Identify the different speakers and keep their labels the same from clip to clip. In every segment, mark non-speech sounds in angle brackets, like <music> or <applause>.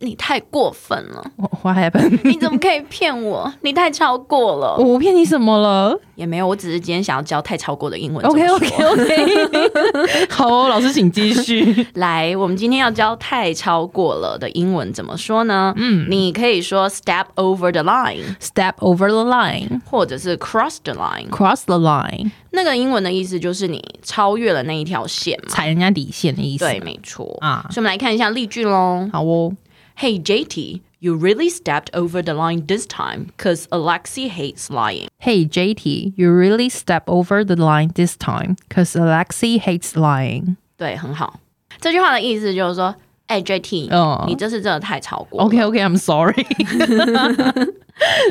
Speaker 1: 你太过分了！
Speaker 2: 我我还笨，
Speaker 1: <laughs> 你怎么可以骗我？你太超过了。
Speaker 2: <laughs> 我骗你什么了
Speaker 1: 也没有，我只是今天想要教太超过的英文怎么
Speaker 2: ？OK
Speaker 1: 说。
Speaker 2: OK OK，好 <laughs> 哦，老师请继续。
Speaker 1: <laughs> 来，我们今天要教太超过了的英文怎么说呢？嗯，你可以说 step over the line，
Speaker 2: <laughs> Step over the line,
Speaker 1: 或者是 cross the line。
Speaker 2: cross the line，
Speaker 1: 那个英文的意思就是你超越了那一条线嘛。
Speaker 2: 踩人家底线的意思。
Speaker 1: 对，，没错
Speaker 2: 啊
Speaker 1: 啊。所以我们来看一下例句喽。
Speaker 2: 好哦。
Speaker 1: Hey JT, you really stepped over the line this time, cause Alexi hates lying.
Speaker 2: Hey JT, you really step over the line this time, cause Alexi hates lying.
Speaker 1: 对，很好。这句话的意思就是说，哎、j t
Speaker 2: 嗯
Speaker 1: 你这次真的太超过了。
Speaker 2: OK OK, I'm sorry. <laughs>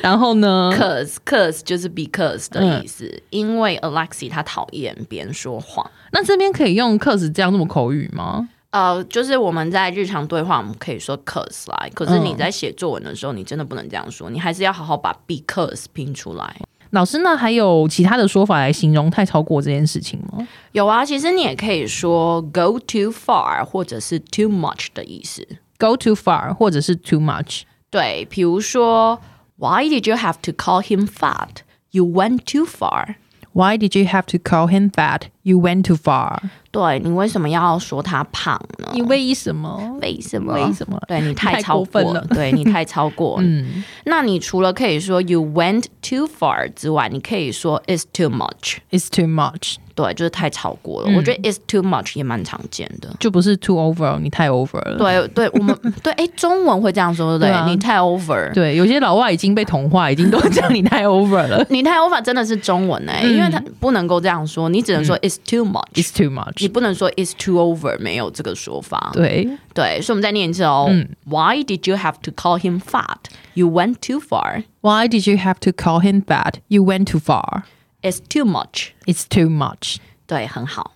Speaker 2: 然后呢？
Speaker 1: Cause, cause 就是 because 的
Speaker 2: 嗯
Speaker 1: 意思，因为 Alexi 他讨厌别人说谎。
Speaker 2: 那这边可以用 cause 这样那么口语吗？
Speaker 1: 呃，就是我们在日常对话，我们可以说 cause 来，可是
Speaker 2: 嗯
Speaker 1: 你在写作文的时候，你真的不能这样说，你还是要好好把 because 拼出来。
Speaker 2: 老师呢，还有其他的说法来形容太超过这件事情吗？
Speaker 1: 有啊，其实你也可以说 go too far 或者是 too much 的意思。
Speaker 2: go too far 或者是 too much。
Speaker 1: 对，比如说 Why did you have to call him fat? You went too far.
Speaker 2: Why did you have to call him fat? You went too far.
Speaker 1: 对你为什么要说他胖呢？
Speaker 2: <laughs> 你为什么？
Speaker 1: 为什么？
Speaker 2: 为什么
Speaker 1: 对你太
Speaker 2: 太
Speaker 1: 超
Speaker 2: 过分
Speaker 1: 过
Speaker 2: 了
Speaker 1: 对你太超
Speaker 2: <laughs>
Speaker 1: 过。嗯，那你除了可以说 you went too far 之外，你可以说 is too much。
Speaker 2: It's too much，
Speaker 1: 对，就是太超过
Speaker 2: 嗯
Speaker 1: 了。我觉得 is too much 也蛮常见的。
Speaker 2: 就不是 too over，你太 over 了。
Speaker 1: 对，对我
Speaker 2: <laughs>
Speaker 1: 们对哎，中文会这样说，对不对？
Speaker 2: 对啊
Speaker 1: 你太 over。。
Speaker 2: 对，有些老外已经被同化，已经都叫你太 over 了 <laughs>
Speaker 1: 你太 over 真的是中文哎、因为他不能够这样说，你只能说 is too much，、
Speaker 2: 嗯 It's too
Speaker 1: 你
Speaker 2: much。
Speaker 1: 不能说 is too over，没有这个说法。
Speaker 2: 对
Speaker 1: 对，所以我们再念一次哦。Why
Speaker 3: 嗯
Speaker 1: did you have to call him fat? You went too far.
Speaker 2: ，Why did you have to call him fat? You went too far.
Speaker 1: It's too much.
Speaker 2: It's too much.
Speaker 1: 对，很好。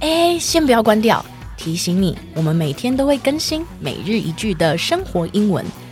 Speaker 3: 哎，先不要关掉，提醒你，我们每天都会更新每日一句的生活英文，